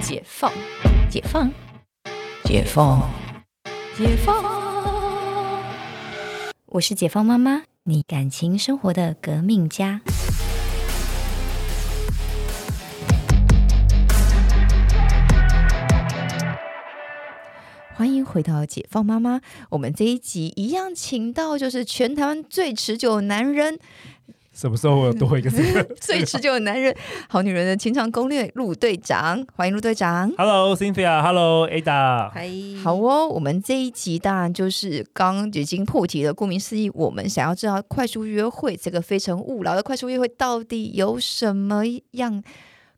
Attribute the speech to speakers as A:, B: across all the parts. A: 解放，解放，解放，解放。
B: 我是解放妈妈，你感情生活的革命家。
C: 欢迎回到解放妈妈，我们这一集一样请到就是全台湾最持久男人、
D: 什么时候我有多一个这个
C: 最持久男人、好女人的情场攻略陆队长，欢迎陆队长。
D: ？Hello Cynthia，Hello Ada，
A: 嗨，
C: 好哦，我们这一集当然就是刚刚已经破题了。顾名思义，我们想要知道快速约会这个非诚勿扰的快速约会到底有什么样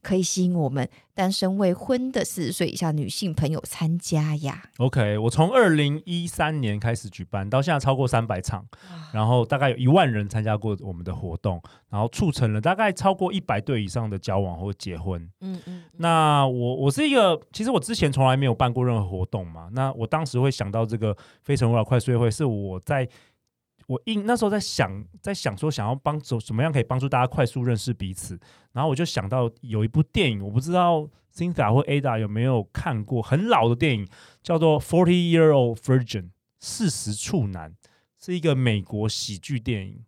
C: 可以吸引我们单身未婚的四十岁以下女性朋友参加呀？
D: OK，我从二零一三年开始举办，到现在超过三百场，然后大概有一万人参加过我们的活动，然后促成了大概超过一百对以上的交往或结婚。
A: 嗯嗯，
D: 那我我是一个，其实我之前从来没有办过任何活动嘛。那我当时会想到这个非诚勿扰快速约会，是我在我应那时候在想，在想说想要帮助怎么样可以帮助大家快速认识彼此。然后我就想到有一部电影，我不知道 Cynthia 或 Ada 有没有看过，很老的电影叫做《Forty Year Old Virgin》四十处男，是一个美国喜剧电影，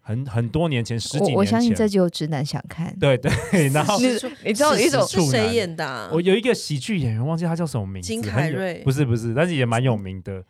D: 很很多年前，十几年
C: 我
D: 前。
C: 我相信这就有直男想看。
D: 对 对，然后
C: 你你知道有一种
D: 四十处
A: 是谁
D: 男
A: 演的啊？
D: 我有一个喜剧演员，忘记他叫什么名字，
A: 金
D: 很
A: 凯
D: 有
A: 瑞嗯
D: 不是不是，但是也蛮有名的。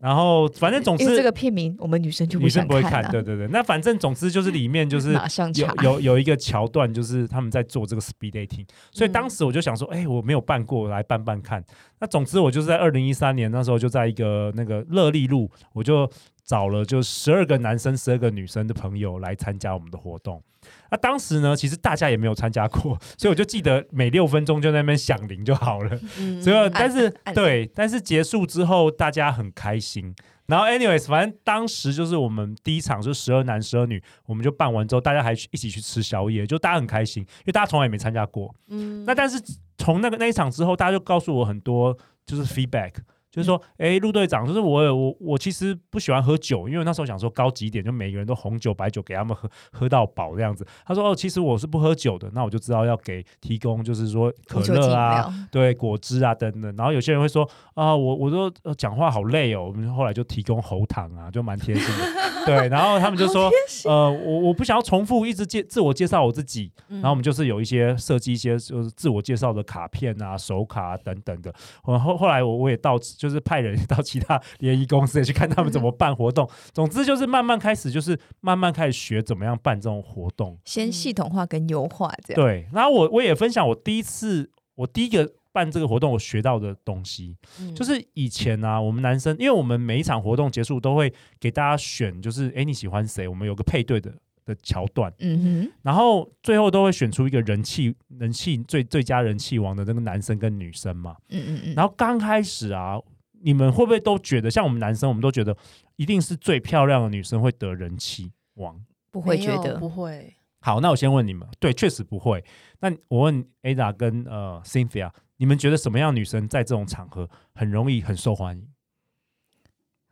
D: 然后反正总
C: 因为
D: 之
C: 这个片名，我们女生就
D: 女生
C: 想
D: 不会
C: 看
D: 看，
C: 了、
D: 对对对。那反正总之就是里面就是
C: 马上
D: 有
C: 查。
D: 有有一个桥段，就是他们在做这个 speed dating，所以
C: 嗯
D: 当时我就想说，哎、我没有办过，我来办办看。那总之我就是在二零一三年那时候就在一个那个乐利路，我就找了就十二个男生、十二个女生的朋友来参加我们的活动。那当时呢，其实大家也没有参加过，所以我就记得每六分钟就在那边响铃就好了。
A: 嗯
D: 所以，但是
C: 按
D: 对，但是结束之后大家很开心。然后，anyways，反正当时就是我们第一场就十二男十二女，我们就办完之后，大家还去一起去吃宵夜，就大家很开心，因为大家从来也没参加过。
A: 嗯
D: 那但是从那个那一场之后，大家就告诉我很多就是 feedback，就是说，哎、陆队长，就是我有我我其实不喜欢喝酒，因为那时候想说高级一点，就每个人都红酒白酒给他们喝喝到饱这样子。他说哦，其实我是不喝酒的，那我就知道要给提供就是说可
C: 无酒精
D: 乐
C: 饮
D: 啊，
C: 料，
D: 对果汁啊等等。然后有些人会说啊，我我都呃讲话好累哦，我们后来就提供喉糖啊，就蛮贴心的。对，然后他们就说呃，我我不想要重复一直介自我介绍我自己，
A: 嗯
D: 然后我们就是有一些设计一些就是自我介绍的卡片啊、手卡、啊、等等的。然后后来我我也到就是派人 到其他联谊公司也去看他们怎么办活动。总之就是慢慢开始，就是慢慢开始学怎么样办这种活动。
C: 先
A: 嗯
C: 系统化跟优化这样。
D: 对，然后我我也分享我第一次，我第一个办这个活动我学到的东西，
C: 嗯
A: 嗯
D: 就是以前啊，我们男生，因为我们每一场活动结束都会给大家选，就是哎诶你喜欢谁，我们有个配对的的桥段，
C: 嗯
D: 然后最后都会选出一个人气人气最最佳人气王的那个男生跟女生嘛。
C: 哼，嗯嗯嗯。
D: 然后刚开始啊，你们会不会都觉得，像我们男生，我们都觉得一定是最漂亮的女生会得人气王？
C: 不会觉
A: 没有
C: 得
A: 不会，
D: 好，那我先问你们，对，确实不会。那我问 Ada 跟呃 Cynthia，你们觉得什么样的女生在这种场合很容易很受欢迎？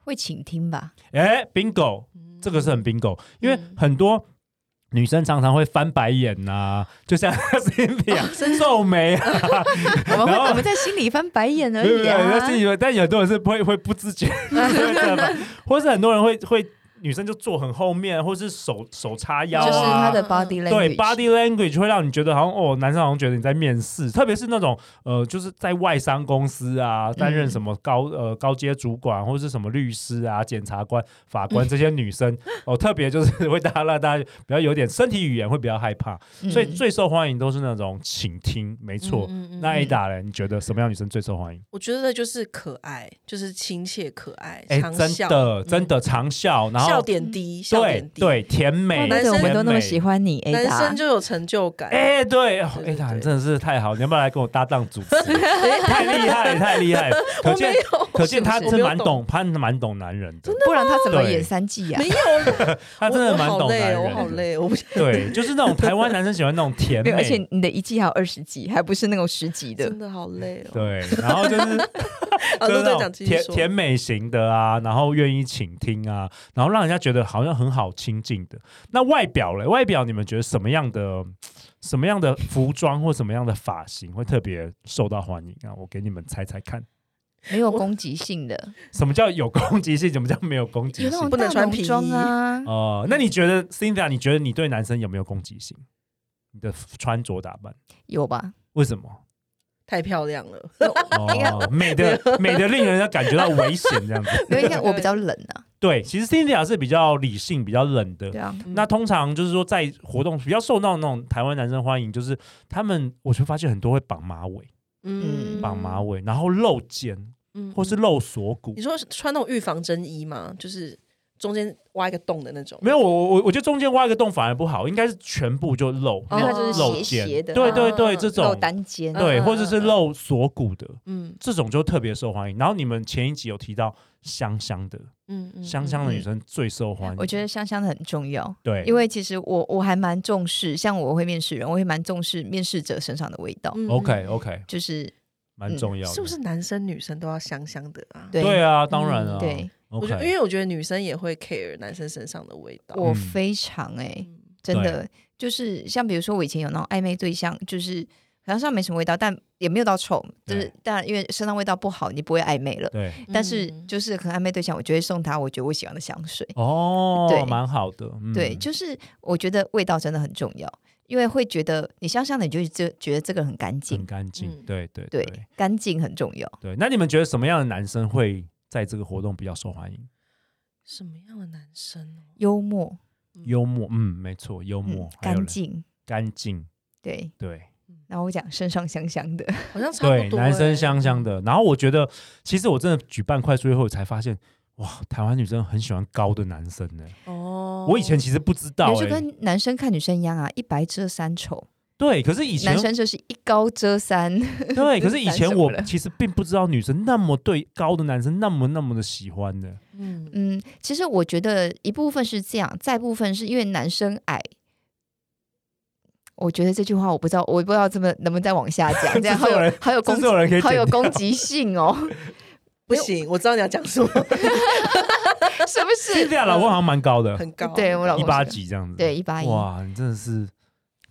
C: 会倾听吧？
D: 哎，bingo，这个是很 bingo，因为
A: 嗯
D: 很多女生常常会翻白眼呐、就像
C: 哦
D: Cynthia 皱眉啊，
C: 我们
D: 然后
C: 会我们在心里翻白眼而
D: 对不
C: 已
D: 对？
C: 啊。
D: 但是有，但有很多人是不会会不自觉， 会这样吧或是很多人会会女生就坐很后面，或是手手叉腰、啊，
C: 就是他的
A: 嗯
C: body language，
D: 对 body language 会让你觉得好像哦，男生好像觉得你在面试，特别是那种呃，就是在外商公司啊，
A: 嗯
D: 担任什么高、呃高阶主管或是什么律师啊、检察官、法
A: 嗯
D: 官这些女生、哦，特别就是会大家让大家比较有点身体语言会比较害怕，
C: 嗯
D: 所以最受欢迎都是那种倾听，没错。
A: 嗯嗯嗯
D: 那 Ada 嘞，你觉得什么样的女生最受欢迎？
A: 我觉得就是可爱，就是亲切可爱，
D: 哎、
A: 常
D: 真
A: 笑
D: 的
A: 嗯
D: 真的长笑，然
A: 笑
D: 后
A: 点低，笑
D: 对
A: 点低，哦
D: 对甜
C: 怪
D: 美，
C: 不得我们都那么
D: 甜美
C: 喜欢你，
A: 男
C: Ada
A: 生就有成就感。
D: 哎、对，哎、
A: 对
D: 呀，
A: 对
D: 你真的是太好，你要不要来跟我搭档 主持？太厉害，太厉害！可见，可见他
A: 是不
D: 真
A: 是
D: 的蛮懂，他蛮懂男人的，
C: 不然他怎么
D: 对
C: 演三季啊
A: 没？有啦，
D: 他真的
A: 我
D: 蛮
A: 我好
D: 懂男
A: 累哦，
D: 人
A: 我好
D: 的。
A: 累，我 不想
D: 对，就是那种台湾男生喜欢那种甜
C: 没有，
D: 美，
C: 而且你的一季还有二十集，还不是那种十集的
A: 真。的好累哦。 啊
D: 对，然后就是
A: 哦
E: 好
D: 就
E: 多
D: 是那
E: 队
D: 种
E: 长其
D: 甜
E: 实说，
D: 甜美型的啊，然后愿意倾听啊，然后让人家觉得好像很好亲近的。那外表嘞，外表你们觉得什么样的、什么样的服装或什么样的发型会特别受到欢迎啊？我给你们猜猜看，
C: 没有攻击性的，
D: 什么叫有攻击性，什么叫没有攻击
C: 有那种
D: 性？
E: 不能
C: 大
E: 穿
C: 浓
E: 皮衣
C: 妆啊，
D: 呃，那你觉得 Cynthia，你觉得你对男生有没有攻击性？你的穿着打扮
C: 有吧？
D: 为 什么？
E: 太漂亮了，
C: 哎
D: 哦，美的美的令人家感觉到危险 这样子。
C: 因为应该我比较冷啊，
D: 对，其实 Cynthia 是比较理性、比较冷的
C: 对啊，
E: 嗯
D: 那通常就是说，在活动比较受到那种台湾男生欢迎，就是他们，我就发现很多会绑马尾，
C: 嗯
D: 绑马，尾，然后露肩
E: 嗯
D: 或是露锁骨
E: 你。说是穿那种预防针衣吗？就是中间挖一个洞的那种，
D: 没有，我我我觉得中间挖一个洞反而不好，应该是全部就露，
C: 因
E: 哦
C: 为它就是
D: 露
C: 斜
D: 肩
C: 斜的啊，
D: 对对对，
E: 嗯
D: 这
C: 露
D: 种
C: 单肩，
D: 对，
E: 嗯
D: 或者是
E: 嗯
D: 露锁骨的
E: 嗯
D: 这种就特别受欢迎。然后你们前一集有提到香香的，
E: 嗯嗯
D: 香香的女生最受欢迎，
C: 我觉得香香的很重要，
D: 对，
C: 因为其实我我还蛮重视，像我会面试人，我会蛮重视面试者身上的味道，
E: 嗯
D: OK OK
C: 就是
D: 蛮重要的，
E: 是不是男生女生都要香香的啊？
C: 对
D: 对啊，当然啊，
C: 对，
E: 我
D: OK，
E: 觉得，因为我觉得女生也会 care 男生身上的味道。
C: 我
D: 嗯
C: 非常哎、
E: 嗯
C: 真的就是像比如说我以前有那种暧昧对象，就是好像上没什么味道，但也没有到臭，就是
D: 对
C: 当然因为身上味道不好，你不会暧昧了。
D: 对。
C: 但是
E: 嗯
C: 就是可能暧昧对象，我就会送他我觉得我喜欢的香水。
D: 哦，
C: 对
D: 蛮好的，嗯、
C: 对，就是我觉得味道真的很重要，因为会觉得你香香的，你就觉觉得这个很干净
D: 很，干净，
E: 嗯
D: 对对
C: 对
D: 对，
C: 干净很重要。
D: 对那你们觉得什么样的男生会在这个活动比较受欢迎？
E: 什么样的男生哦？
C: 幽默，
D: 幽默，嗯，没错，幽默
C: 嗯，，
D: 还
C: 干
D: 有嘞，
C: 净，
D: 干净，
C: 对。
D: 对
C: 然后我讲身上香香的，
E: 好像差
D: 对
E: 不，多、
D: 男生
E: 欸
D: 香香。的。
C: 嗯
D: 然后我觉得，其实我真的举办快速约会，我才发现，哇，台湾女生很喜欢高的男生呢、
E: 哦，
D: 我以前其实不知道、
C: 有时
D: 欸，
C: 候跟男生看女生一样啊，一白遮三丑，
D: 对，可是以前
C: 男生就是一高遮三，
D: 对，可
C: 这
D: 是
C: 是
D: 以
C: 男
D: 前
C: 什么
D: 我
C: 了
D: 其实并不知道女生那么对高的男生那么那么的喜欢的，
E: 嗯
C: 嗯，其实我觉得一部分是这样，再部分是因为男生矮。我觉得这句话我不知道，我不知道这么能不能再往下讲， 这样好
D: 制作人
C: 有好有攻
D: 制作人可以
C: 好有
D: 剪掉
C: 攻击性哦，
E: 不行，我知道你要讲什么，
C: 是不
D: 现
C: 是？
D: 在老公好像蛮高的，
E: 很高。
C: 对我老
D: 一
C: 公
D: 八
C: 嗯是
D: 几这样子，
C: 对，一八一，
D: 哇，你真的是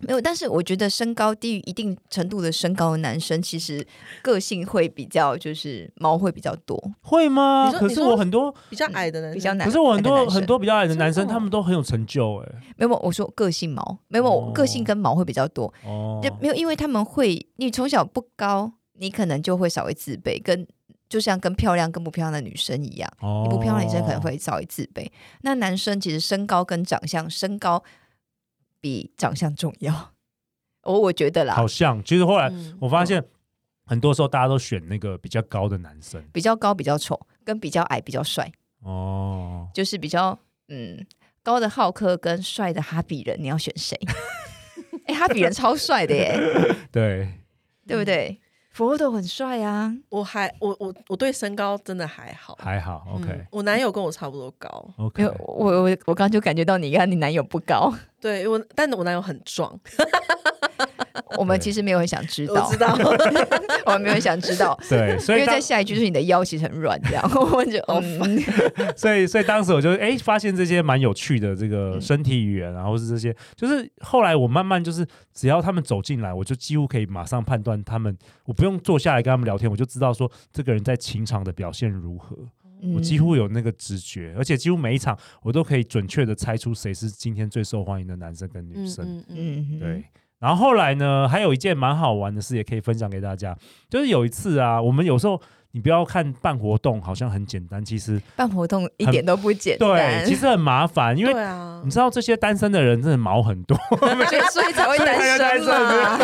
C: 没有。但是我觉得身高低于一定程度的身高的男生，其实个性会比较就是毛会比较多，
D: 会吗
E: 你？说
D: 可
E: 你
D: 是
E: 说
D: 我很多，
E: 比较矮的男生，
C: 比较难。
D: 嗯可是我很多
C: 男生
D: 很多比较矮的
E: 真的
D: 男生，
E: 哦
D: 他们都很有成就哎、
C: 没有，我说个性毛，没有，我个性跟毛会比较多。
D: 哦，
C: 就没有，因为他们会，你从小不高，你可能就会稍微自卑，跟就像跟漂亮跟不漂亮的女生一样，
D: 哦
C: 你不漂亮的女生可能会稍微自卑。那男生其实身高跟长相，身高比长相重要，我我觉得啦
D: 好，像。其实后来
E: 嗯
D: 我发现，很多时候大家都选那个比较高的男生
C: 比较高比较丑，跟比较矮比较帅，
D: 哦。
C: 就是比较嗯高的浩克跟帅的哈比人，你要选谁？ 哎、哈比人超帅的耶，
D: 对，
C: 对不对？佛罗多很帅啊，
E: 我还我我我对身高真的还好。
D: 还好
E: 嗯
D: ，OK
E: 我男友跟我差不多高，
C: 因
D: OK
C: 为。我我我刚刚就感觉到你跟你男友不高。
E: 对我，但我男友很壮，
C: 我们
D: 对
C: 其实没有很想知
E: 我
C: 道，
E: 知道。
C: 我们没有很想知道，
D: 对，
C: 因
D: 所以
C: 为
D: 当
C: 在下一句就是你的腰其实很软，这样 我们就
E: 好
C: 嗯，
D: 所以所以当时我就哎、发现这些蛮有趣的这个
C: 嗯
D: 身体语言啊，然后是这些，就是后来我慢慢就是只要他们走进来，我就几乎可以马上判断他们，我不用坐下来跟他们聊天，我就知道说这个人在情场的表现如何。
E: 嗯
C: 嗯
D: 我几乎有那个直觉，而且几乎每一场我都可以准确的猜出谁是今天最受欢迎的男生跟 女生。
E: 嗯嗯
C: 嗯，嗯
D: 对，，然后后来呢，还有一件蛮好玩的事，也可以分享给大家，就是有一次啊，我们有时候你不要看办活动好像很简单，其实
C: 办活动一点都不简单
D: 对，，其实很麻烦，因为
E: 对啊
D: 你，知道这些单身的人真的毛很多，
C: 所以所以才会单 身嘛。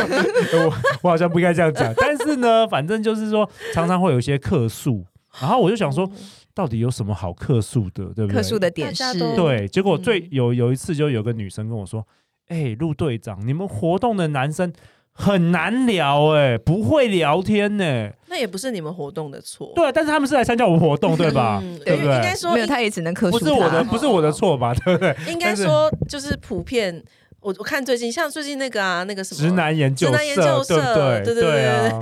D: 我我好像不应该这样讲，但是呢，反正就是说常常会有一些客诉，然后我就想说，到底有什么好客诉的，对不对
C: 客？数的点
E: 大
C: 是
E: 家，都
D: 对，结果最
E: 嗯
D: 有有一次就有个女生跟我说，哎、陆队长，你们活动的男生。很难聊哎、不会聊天呢、
E: 那也不是你们活动的错，
D: 对，啊但是他们是来参加我们活动，对吧？
E: 嗯
D: 对不
E: 应该
D: 对？
E: 说
C: 没有，他也只能客
D: 不
C: 数
D: 是我的，
E: 他
D: 不是我的错吧？对不对？
E: 应该说就是普遍我我看最近像最近那个啊，那个什么
D: 直男研究
E: 直男研究
D: 对不对？
E: 对对对
D: 啊，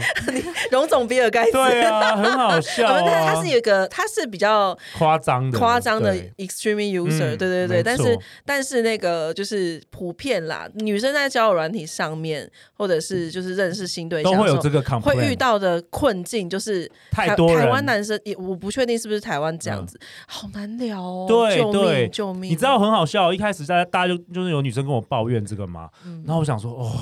E: 荣总比尔盖茨，
D: 对啊，很好笑
E: 我们但
D: 啊，
E: 他是有一个，他是比较
D: 夸张的，
E: 夸张的
D: 对
E: extreme user，、
D: 嗯
E: 对对对，
D: 没
E: 但
D: 错
E: 是但是那个就是普遍啦，女生在交友软体上面，或者是就是认识新对象
D: 都
E: 的
D: 会
E: 时
D: 有
E: 候，
D: 这个 complaint，
E: 会遇到的困境就是
D: 太
E: 台
D: 多人嗯
E: 台湾男生也我不确定是不是台湾这样子，好难聊哦，
D: 对
E: 救
D: 对
E: 命救命！
D: 你知道很好笑，一开始大家大家就就是有女生跟我抱怨这个嘛，
E: 嗯
D: 然后我想说，哦，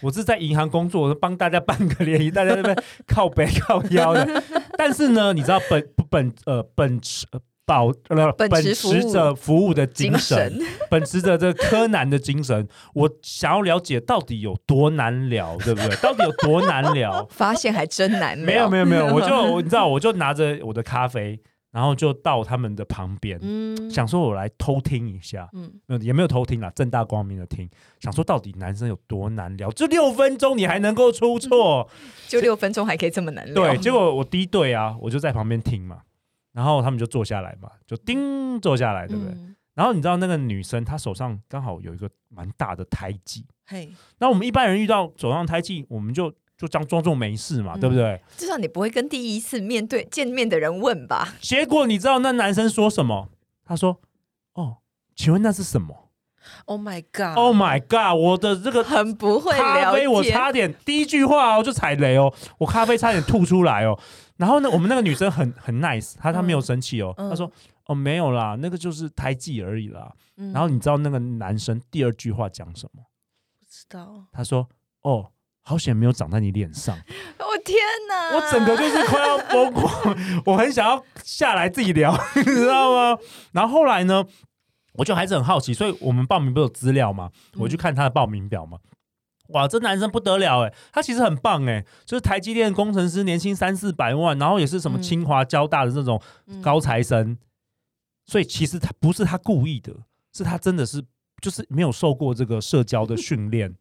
D: 我是在银行工作，我是帮大家办个联谊，大家在那边靠背 靠腰的。但是呢，你知道本本呃本持呃保呃
C: 本
D: 本
C: 职服务
D: 持者服务的精
C: 精
D: 神，
C: 神
D: 本持着这柯南的精神，我想要了解到底有多难聊，对不对？到底有多难 聊？
C: 发现还真难
D: 没有没
C: 有，
D: 有没有，我就我你知道，我就拿着我的咖啡，然后就到他们的旁边，
E: 嗯
D: 想说我来偷听一下，
E: 嗯，
D: 没有也没有偷听啦，正大光明的听，想说到底男生有多难聊，就六分钟你还能够出错，
E: 嗯
C: 就六分钟还可以这么难聊，
D: 对，结果我第一队啊，我就在旁边听嘛，然后他们就坐下来嘛，就叮坐下来，对不对？
E: 嗯
D: 然后你知道那个女生她手上刚好有一个蛮大的胎记，
E: 嘿，
D: 那我们一般人遇到手上胎记，我们就就当装作没事嘛，
E: 嗯
D: 对不对？
C: 至少你不会跟第一次面对见面的人问吧？
D: 结果你知道那男生说什么？他说：“哦，请问那是什么
E: Oh my god！
D: ？”Oh my god！我的这个
C: 很不会
D: 咖
C: 聊
D: 啡，我
C: 天，
D: 差点第一句话哦就踩雷哦，我咖啡差点吐出来哦。然后呢，我们那个女生很很 nice，她她没有生气哦，
E: 嗯
D: 她说哦没有啦，那个就是胎记而已啦。
E: 嗯
D: 然后你知道那个男生第二句话讲什么？
E: 不知道，
D: 他说哦。好险没有长在你脸上，
C: 我天哪！
D: 我整个就是快要疯狂，我很想要下来自己聊， 你知道吗？然后后来呢，我就还是很好奇，所以我们报名不是有资料吗？
E: 嗯
D: 我去看他的报名表嘛。哇，这男生不得了哎，他其实很棒哎，就是台积电工程师，年薪三四百万，然后也是什么
E: 嗯
D: 清华、交大的这种
E: 嗯
D: 高材生，所以其实他不是他故意的，是他真的是就是没有受过这个社交的训练，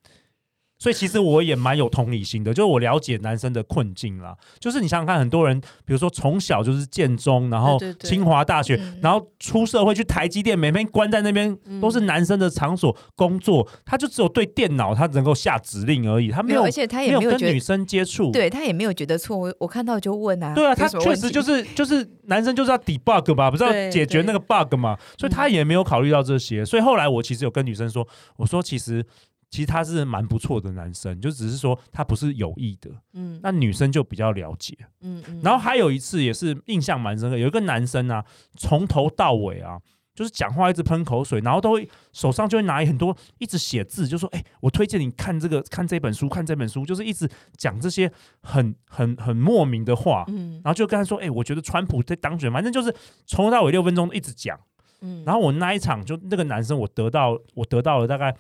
D: 所以其实我也蛮有同理心的，就是我了解男生的困境啦，就是你想想看，很多人比如说从小就是建中，然后
E: 对对对
D: 清华大学，
C: 嗯
D: 然后出社会去台积电，每天关在那边
E: 嗯
D: 都是男生的场所工作，他就只有对电脑他能够下指令而已，他没
C: 没
D: 有
C: 有，而且他
D: 没
C: 也
D: 有
C: 没有
D: 跟
C: 觉
D: 女
C: 得，
D: 生接触。
C: 对他也没有觉得错。我我看到就问啊，
D: 对啊，他
C: 有什么问
D: 确
C: 题
D: 实就是就是男生就是要 debug 嘛，不是要
E: 对
D: 解决那个 bug 嘛，所以他
C: 嗯
D: 也没有考虑到这些。所以后来我其实有跟女生说，我说其实其实他是蛮不错的男生，就只是说他不是有意的。
E: 嗯
D: 那女生就比较了解。
E: 嗯嗯，
D: 然后还有一次也是印象蛮深刻，有一个男生啊，从头到尾啊，就是讲话一直喷口水，然后都会手上就会拿很多一直写字，就说：“哎、我推荐你看这个，看这本书，看这本书。”就是一直讲这些很很很莫名的话，
E: 嗯
D: 然后就跟他说：“哎、我觉得川普在当选，反正就是从头到尾六分钟一直讲。”
E: 嗯，
D: 然后我那一场就那个男生，我得到我得到了大概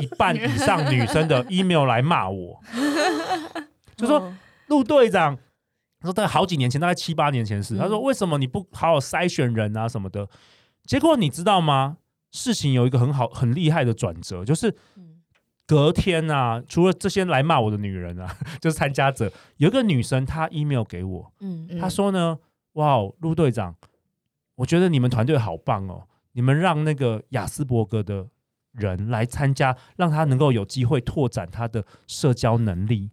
D: 一半以上女生 的 email 来骂我，就说
E: 嗯
D: 陆队长，他说大概好几年前，大概七八年前的事。
E: 嗯
D: 他说为什么你不好好筛选人啊什么的？结果你知道吗？事情有一个很好很厉害的转折，就是
E: 嗯
D: 隔天啊，除了这些来骂我的女人啊， 就是参加者，有一个女生她 email 给我，
E: 嗯
C: 嗯
D: 她说呢，哇哦，陆队长，我觉得你们团队好棒哦，你们让那个雅斯伯格的人来参加，让他能够有机会拓展他的社交能力。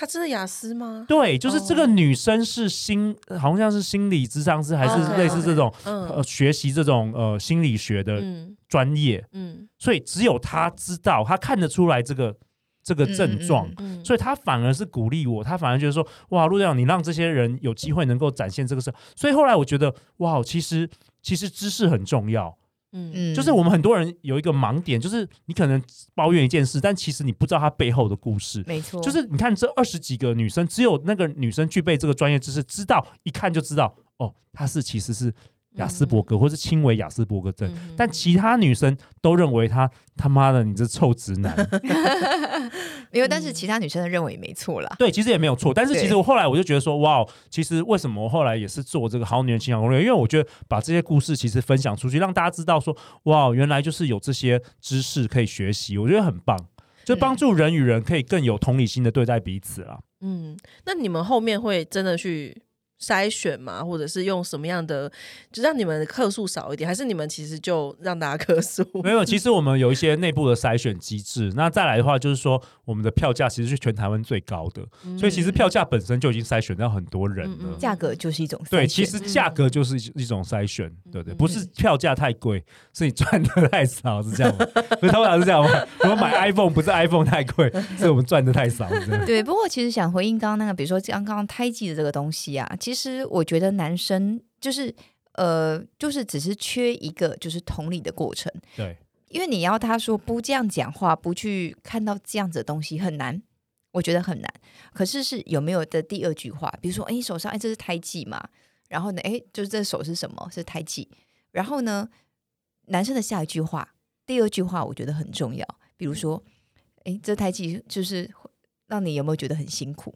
E: 他真的雅思吗？
D: 对，就是这个
E: 哦
D: 女生是心，好像是心理智商师，还是
E: OK，OK
D: 类似这种、
E: 嗯
D: 呃学习这种呃心理学的
E: 嗯
D: 专业，
E: 嗯
D: 所以只有她知道，她看得出来这个这个
C: 嗯嗯
D: 症状。
C: 嗯
E: 嗯，
D: 所以她反而是鼓励我，她反而觉得说，哇，陆队长，你让这些人有机会能够展现这个事。所以后来我觉得，哇，其实其实知识很重要，
E: 嗯
C: 嗯
D: 就是我们很多人有一个盲点，就是你可能抱怨一件事，但其实你不知道它背后的故事。
C: 没错，
D: 就是你看这二十几个女生，只有那个女生具备这个专业知识，知道一看就知道哦，她是其实是雅斯伯格、或是轻微雅斯伯格症，
E: 嗯
D: 但其他女生都认为她他妈的你这臭直男，
C: 没有，但是其他女生的认为也没错啦。
D: 对，其实也没有错。但是其实
C: 对
D: 我后来我就觉得说，哇，哦其实为什么我后来也是做这个好女人情感攻略？因为我觉得把这些故事其实分享出去，让大家知道说，哇，哦原来就是有这些知识可以学习，我觉得很棒。就帮助人与人可以更有同理心的对待彼此啦。
E: 嗯，那你们后面会真的去筛选嘛，或者是用什么样的，就让你们的客数少一点，还是你们其实就让大家客数？
D: 没有，其实我们有一些内部的筛选机制。那再来的话，就是说我们的票价其实是全台湾最高的，所以其实票价本身就已经筛选到很多人
E: 嗯嗯嗯
D: 了。
E: 嗯
C: 价格就是一种筛选
D: 对，
C: 嗯
D: 其实价格就是一一种筛选，对不对？不是票价太贵，是你赚的太少，是这样吗？不是他们老是这样吗？我买 iPhone 不是 iPhone 太贵，是我们赚的太少，是这 样。
C: 对，不过其实想回应刚刚那个，比如说刚刚胎记的这个东西啊，其实我觉得男生就是呃，就是只是缺一个就是同理的过程，
D: 对，
C: 因为你要他说不这样讲话，不去看到这样子的东西很难。我觉得很难，可是是有没有的第二句话，比如说，哎，你手上，哎，这是胎记嘛？然后呢，哎，就是这手是什么？是胎记。然后呢，男生的下一句话，第二句话，我觉得很重要。比如说，哎，这胎记就是让你有没有觉得很辛苦？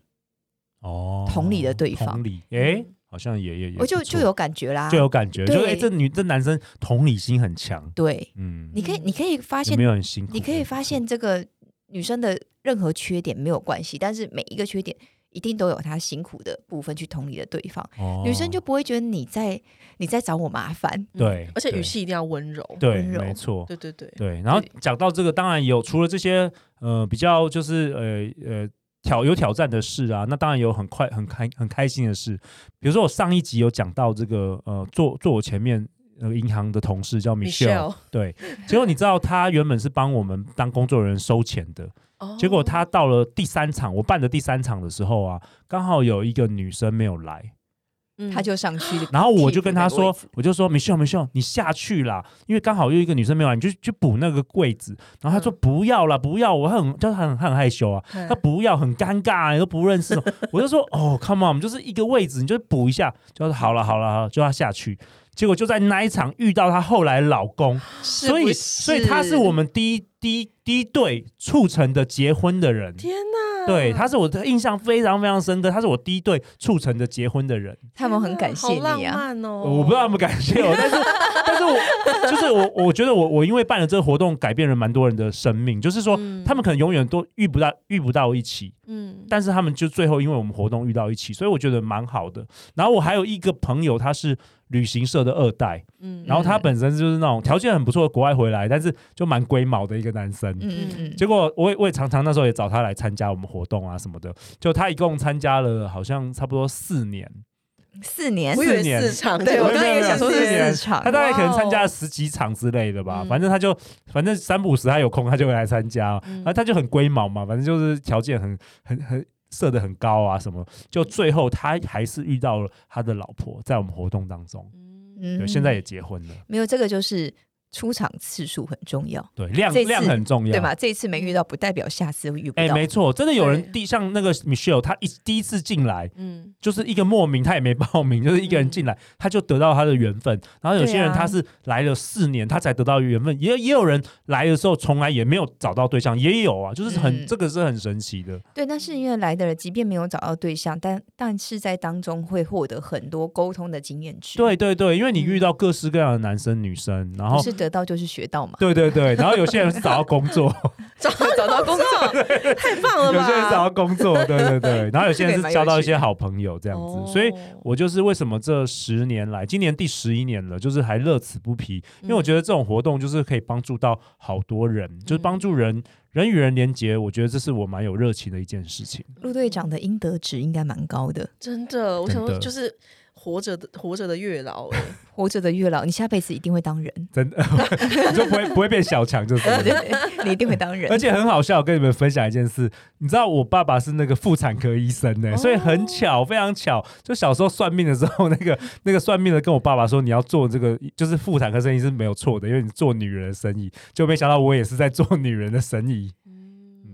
D: 哦，
C: 同理了对方
D: 同理，诶，好像也也也
C: 我就
D: 不错
C: 就有感觉啦，
D: 就有感觉，就
C: 对
D: 是诶，这女这男生同理心很强，
C: 对，
D: 嗯，
C: 你可以，你可以发
D: 有
C: 现
D: 没，有很辛苦？
C: 你可以发现这个女生的任何缺点没有关系，但是每一个缺点一定都有她辛苦的部分去同理了对方，
D: 哦，
C: 女生就不会觉得你在你在找我麻烦。
D: 对
E: 嗯而且
D: 对
E: 语气一定要温柔。
D: 对，
C: 温柔
D: 没错，
E: 对对对，
D: 对，然后
C: 对
D: 讲到这个，当然有除了这些呃比较就是呃呃挑有挑战的事啊，那当然有很快很开很开心的事，比如说我上一集有讲到这个呃坐坐我前面。那个银行的同事叫 Michelle，,
E: Michelle
D: 对，结果你知道他原本是帮我们当工作人员收钱的，
E: 哦
D: 结果他到了第三场，我办的第三场的时候啊，刚好有一个女生没有来，
E: 嗯
C: 她就上去，
D: 然后我就跟他说
C: 替补那个位置，
D: 我就说 Michelle Michelle，你下去啦，因为刚好又一个女生没有来，你就去补那个位置。然后他说
E: 嗯
D: 不要啦，不要，我很就是很很害羞啊，
E: 嗯
D: 他不要，很尴尬，你都不认识哦。我就说哦，come on，我们就是一个位置，你就补一下，就说好了好了好了，就要下去。结果就在那一场遇到她后来老公，
E: 是
D: 所
E: 不
D: 以
E: 是
D: 所以她是我们第一第一第一对促成的结婚的人。
E: 天
C: 啊
E: 哪，
D: 对，她是我的印象非常非常深刻，她是我第一对促成的结婚的人。
C: 他们很感谢
E: 好浪
C: 你啊。
E: 漫哦！
D: 我不知道他们感谢我，但是但是我就是我，我觉得我我因为办了这个活动，改变了蛮多人的生命。就是说，
E: 嗯
D: 他们可能永远都遇不到遇不到一起，
E: 嗯，
D: 但是他们就最后因为我们活动遇到一起，所以我觉得蛮好的。然后我还有一个朋友，他是旅行社的二代，
E: 嗯
D: 然后他本身就是那种条件很不错，国外回来，但是就蛮龟毛的一个男生。
C: 嗯嗯嗯，
D: 结果我也我也常常那时候也找他来参加我们活动啊什么的，就他一共参加了好像差不多四年，
C: 四年
E: 我以，为
D: 四年
E: 四场，
C: 对
E: 我
C: 我
E: 刚
C: 刚
E: 刚
C: 刚
E: 也
C: 也想
E: 想说
C: 说
E: 是
C: 是
E: 四
C: 四
E: 场。
C: 场
D: 他，大概可能参
E: 哇
D: 加
E: 哦
D: 十几场之类的吧，
E: 嗯
D: 反正他就反正三不五时他有空他就会来参加，啊
E: 嗯
D: 然后他就很龟毛嘛，反正就是条件很很很设的很高啊什么，就最后他还是遇到了他的老婆，在我们活动当中，对，
C: 嗯
D: 现在也结婚了，
C: 没有这个就是出场次数很重要，
D: 对，量
C: 这次
D: 量很重要，
C: 对吧？？这一次没遇到，不代表下次会遇不
D: 哎，
C: 到。
D: 没错，真的有人
E: 对
D: 第像那个 Michelle，他一第一次进来。
E: 嗯，
D: 就是一个莫名，他也没报名， 就是一个人进来，他就得到他的缘分。然后有些人
C: 对啊
D: 他是来了四年，他才得到缘分，也也有人来的时候从来也没有找到对象，也有啊，就是很、
C: 嗯
D: 这个是很神奇的。
C: 对，但是因为来的人，即便没有找到对象，但但是在当中会获得很多沟通的经验值。
D: 对，哦对对，因为你遇到各式各样的男生女生，然后
C: 不是得到就是学到嘛。
D: 对对对，然后有些人是找到工作，
E: 找 找到工 作，太棒
D: 有
E: 了吧！
D: 些人找到工作，对对对，然后有些
C: 这个
D: 人
C: 也
D: 是
C: 蛮有
D: 交到一
C: 趣
D: 些好朋友这样
E: 哦
D: 子，所以
E: 嗯
D: 我就是为什么这十年来，今年第十一年了，就是还乐此不疲，因
E: 嗯
D: 为我觉得这种活动就是可以帮助到好多人，就是
E: 嗯
D: 帮助人人与人连接，我觉得这是我蛮有热情的一件事 情。
C: 陆队长的应得值应该蛮高的，
E: 真的，我想
D: 真
E: 说
D: 的
E: 就是活着的活着的月老哎，
C: 活着的月老，你下辈子一定会当人，
D: 真的，你就不会不会变小强，就是 了。
C: 你一定会当人。
D: 而且很好笑，跟你们分享一件事，你知道我爸爸是那个妇产科医生呢、所以
E: 哦
D: 很巧，非常巧。就小时候算命的时候，那个那个算命的跟我爸爸说，你要做这个，就是妇产科生意是没有错的，因为你做女人的生意，就没想到我也是在做女人的生意。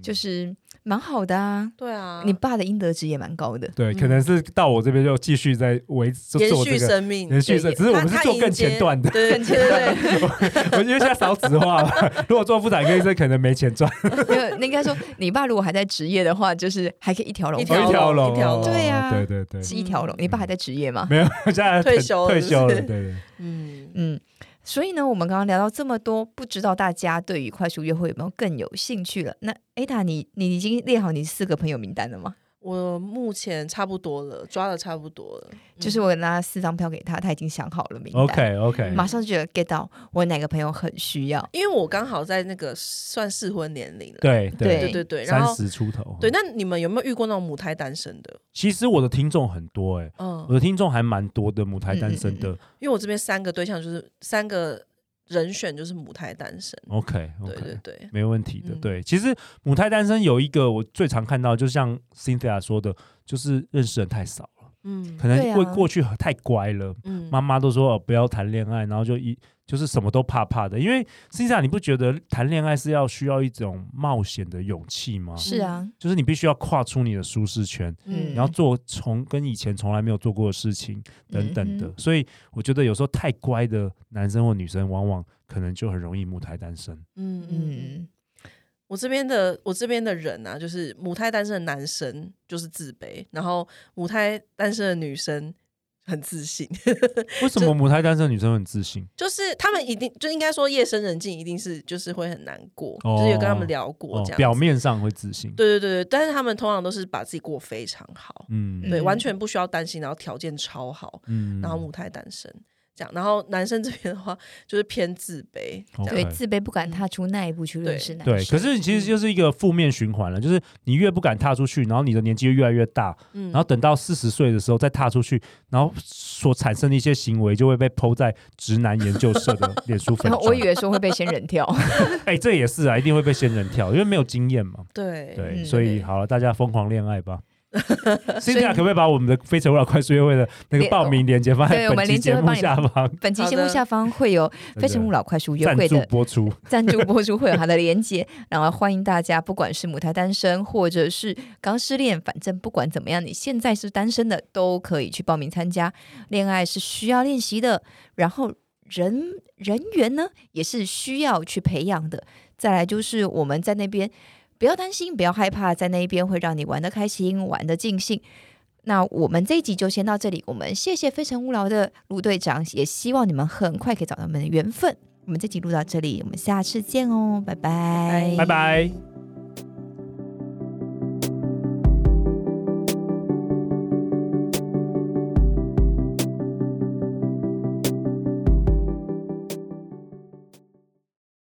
C: 就是蛮好的啊，
E: 对啊，
C: 你爸的应得值也蛮高 的。
D: 对，可能是到我这边就继续在维就
E: 嗯延
D: 做
E: 续
D: 这个
E: 生命，
D: 延续
E: 对
D: 生，只是我们是
E: 他他
D: 做更
E: 迎接
D: 前段的，
E: 对对 对对，
D: 我因为现在少子化了， 如果做妇产科医生可能没钱赚，
C: 没有，那应该说你爸如果还在职业的话，就是还可以一条龙
E: 一，条
D: 哦一条龙，
E: 一条龙
C: 对啊
D: 对对对，
C: 是一条龙。你爸还在职业吗？
D: 没有，现在
E: 退休了
D: 退休了，
E: 是
D: 对
E: 不是
D: 对。
E: 嗯，
C: 嗯，所以呢，我们刚刚聊到这么多，不知道大家对于快速约会有没有更有兴趣了？那 Ada，你你已经列好你四个朋友名单了吗？
E: 我目前差不多了，抓的差不多了。
C: 就是我拿四张票给他，他已经想好了名单
D: 嗯 OK OK，
C: 马上就觉得 get 到我哪个朋友很需要。
E: 因为我刚好在那个算适婚年龄了，
D: 对
E: 对对对，然
D: 三
E: 后
D: 十出头。哦
E: 对，，那你们有没有遇过那种母胎单身的？
D: 其实我的听众很多哎、
E: 嗯
D: 我，的听众还蛮多的，母胎单身的。
E: 因为我这边三个对象就是三个人选就是母胎单身，
D: OK
E: 对对
D: OK，
E: 对，
D: 没问题的。
E: 嗯
D: 对，其实母胎单身有一个我最常看到，就像 Cynthia 说的，就是认识人太少了，
E: 嗯
D: 可能
C: 对啊
D: 会过去太乖了，
E: 嗯
D: 妈妈都说、哦、不要谈恋爱，然后就一就是什么都怕怕的。因为 Cynthia，你不觉得谈恋爱是要需要一种冒险的勇气吗？
C: 是啊，
D: 就是你必须要跨出你的舒适圈，
E: 嗯
D: 你要做从跟以前从来没有做过的事情等等的。
C: 嗯
D: 所以我觉得有时候太乖的男生或女生，往往可能就很容易母胎单身。
E: 嗯嗯，
C: 嗯，
E: 我这边的我这边的人啊，就是母胎单身的男生就是自卑，然后母胎单身的女生很自信，
D: 为什么母胎单身的女生很自信？
E: 就是他们一定就应该说夜深人静一定是就是会很难过，
D: 哦
E: 就是有跟他们聊过
D: 哦
E: 这样、，
D: 表。面上会自信，
E: 对对对对，但是他们通常都是把自己过非常好，
D: 嗯
E: 对，完全不需要担心，然后条件超好，
D: 嗯
E: 然后母胎单身这样，然后男生这边的话就是偏自卑，这样
C: 对，
D: OK
C: 自卑不敢踏出那一步去认识男生。
D: 对，可是其实就是一个负面循环了，就是你越不敢踏出去，然后你的年纪越来越大，
E: 嗯，
D: 然后等到四十岁的时候再踏出去，然后所产生的一些行为就会被剖在直男研究社的脸书粉
C: 然
D: 专
C: 后。 我以为说会被仙人跳，
D: 哎、这也是啊，一定会被仙人跳，因为没有经验嘛。
E: 对
D: 对，
C: 嗯
D: 所以好了，大家疯狂恋爱 吧。现在可不可以把我们的《非诚勿扰》快速约会的那个
C: 对
D: 报名链接放
C: 对
D: 在
C: 我
D: 本
C: 们
D: 期
C: 链接
D: 节
C: 会
D: 目
C: 帮你
D: 下方，
C: 本期
E: 好
C: 节目
E: 的
C: 下方会有《非诚勿扰》快速约
D: 赞
C: 会
D: 助
C: 的
D: 播出。
C: 赞助播出会有它的连接，然后欢迎大家，不管是母胎单身或者是刚失恋，反正不管怎么样，你现在是单身的都可以去报名参加。恋爱是需要练习的，然后人人缘呢也是需要去培养的。再来就是我们在那边不要担心，不要害怕，在那一边会让你玩得开心，玩得尽兴。那我们这一集就先到这里，我们谢谢非诚勿扰的卢队长，也希望你们很快可以找到你们的缘分。我们这集录到这里，我们下次见哦，拜拜，
D: 拜拜。